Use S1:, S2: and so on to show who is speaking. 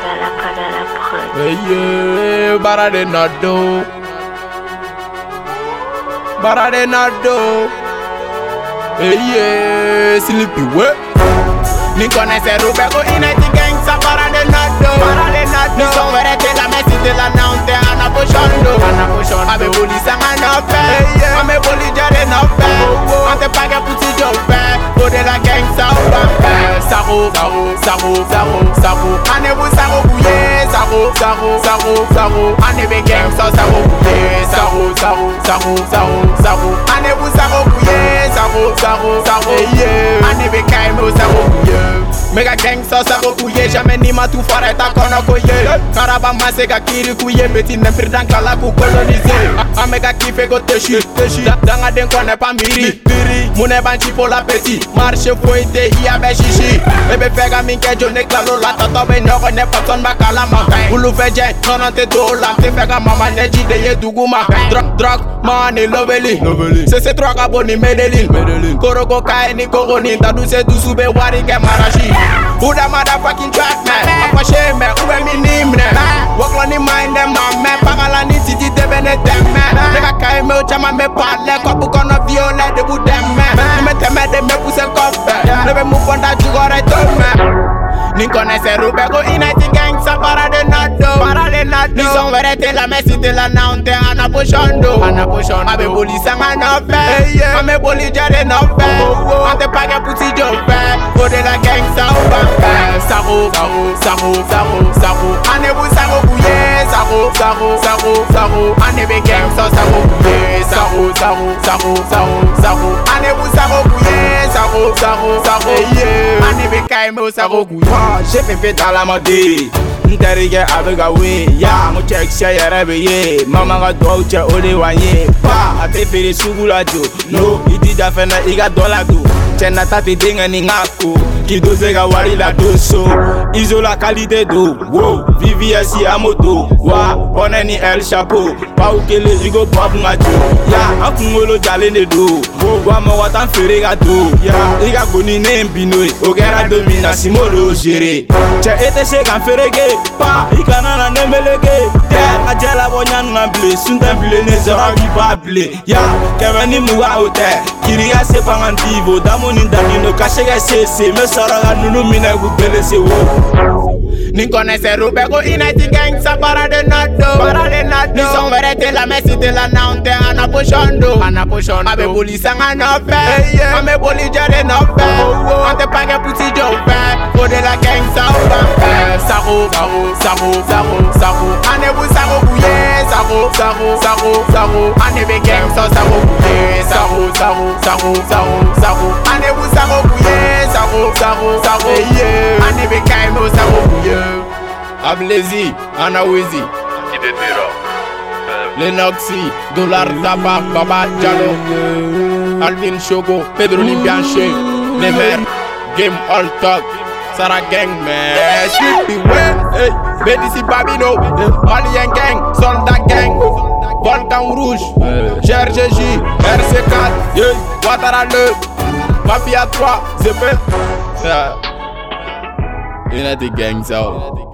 S1: à la prod.
S2: Eye, barade nado Barade nado Eye, sleepy we Nikone se rubego ineti gangsta barade nado Barade nado Niso vere tega mesi de la naunte anaposhando Anaposhando Abe boli sanga nope Ame boli jare nope Ante page putu jope Bode la gangsta ubampe Saro, saro, saro, saro, saro Ane bu saro bouye Saro, saro, saro, saro Ane be gangsta saro bouye Saro, saro, saro, saro, saro Ane bu saro bouye Saro, saro, saro Ane be kaimo saro bouye Mega gangsta saro bouye Jamais ni ma tout fara eta kono koye Karaba mase ka kiri kuye Meti nempir dan kala ku kolonize Amega kife go teshi teshi Danga den kone pa miri miri Mune ban chipo la peti Marche foite iya be shishi Ebe fega min ke jone klalo la Toto be nyoko ne paton ba kala ma Ulu veje nonon te do la Te fega mama ne jide ye duguma Drug drug money lovely Sese troga boni medelin Koroko kae ni kogoni Dadu se dusu be wari ke marashi Who the motherfucking track man? Apa shame ube mi nimne Waklo ni mind them man man Pangala ni city debe ne dem man Nega kae me uchama me pale Kopu kono viole debu dem man Nime teme de me puse kofe Nebe muponda jugore tome Nikone se rubego ineti gangsta para de nado Para de nado Nison vere te la mesi te la naunte anaposhando Anaposhando Abe boli sanga nofe Ame boli jare nofe Ante page puti jofe Bode la gangsta ubampe Saro, saro, saro, saro, saro Ane bu saro buye Saro, saro, saro, saro Ane be gangsta saro buye Saro, saro, saro, saro, saro Ane bu saro buye Saro, saro, saro, Ane be kaime o saro buye Moi, j'ai fait fait à la mode n terikɛ a bɛ ka win ya n ko cɛkisɛ yɛrɛ bɛ ye mama ka dɔw cɛ o de wa n ye pa a tɛ feere sugu la jo no i jija fɛnɛ i ka dɔ la don cɛ nata tɛ denkɛ ni ŋa ko k'i to se ka wari ladon so izo la kalite don wo vvs amoto wa bɔnɛ ni el chapo paw kelen i ko babu ka jo ya an kunkolo jalen de don wa mɔgɔ tan feere ka don ya i ka goni ne ye bi n'o ye o kɛra don min na simo de y'o seere cɛ e tɛ se ka n feereke pa i kana na ne meleke tɛ ka jɛ labɔ ɲanu ka bile suntɛ bile ne sɔrɔ k'i b'a bile ya kɛmɛ ni muga o tɛ kiriya se pangan divo damu ni dani no ka se kɛ sese n bɛ sɔrɔ ka nunu minɛ k'u gbele se wo Ni connaissez Rubego Inati Gang Sapara de Nado Para de Nado Ni son vere te la mesi te la naunte Anaposhando Anaposhando Abe boli sanga nope Ame boli jare nope Ante pake puti jope Kode la gang sa ubampe Saro, saro, saro, saro, saro Ane bu saro bouye Saro, saro, saro, saro Ane be gang sa saro bouye Saro, saro, saro, saro, saro Ane bu saro bouye Saro, saro, saro, yeah Ane be gang mo saro bouye yeah. Ablezi, Anawizi, Lenoxi, Dollar Taba, Baba Jalo, Alvin Shogo, Pedro Limpianche, Never, Game All Talk, Sarah Gang, man. Sleepy Well, hey, Bedisi Babino, Alien Gang, Solda Gang, Volcan Rouge, GRGJ, RC4, yeah, Ouattara 2, Mafia 3, ZP. Yeah. United Gangs out.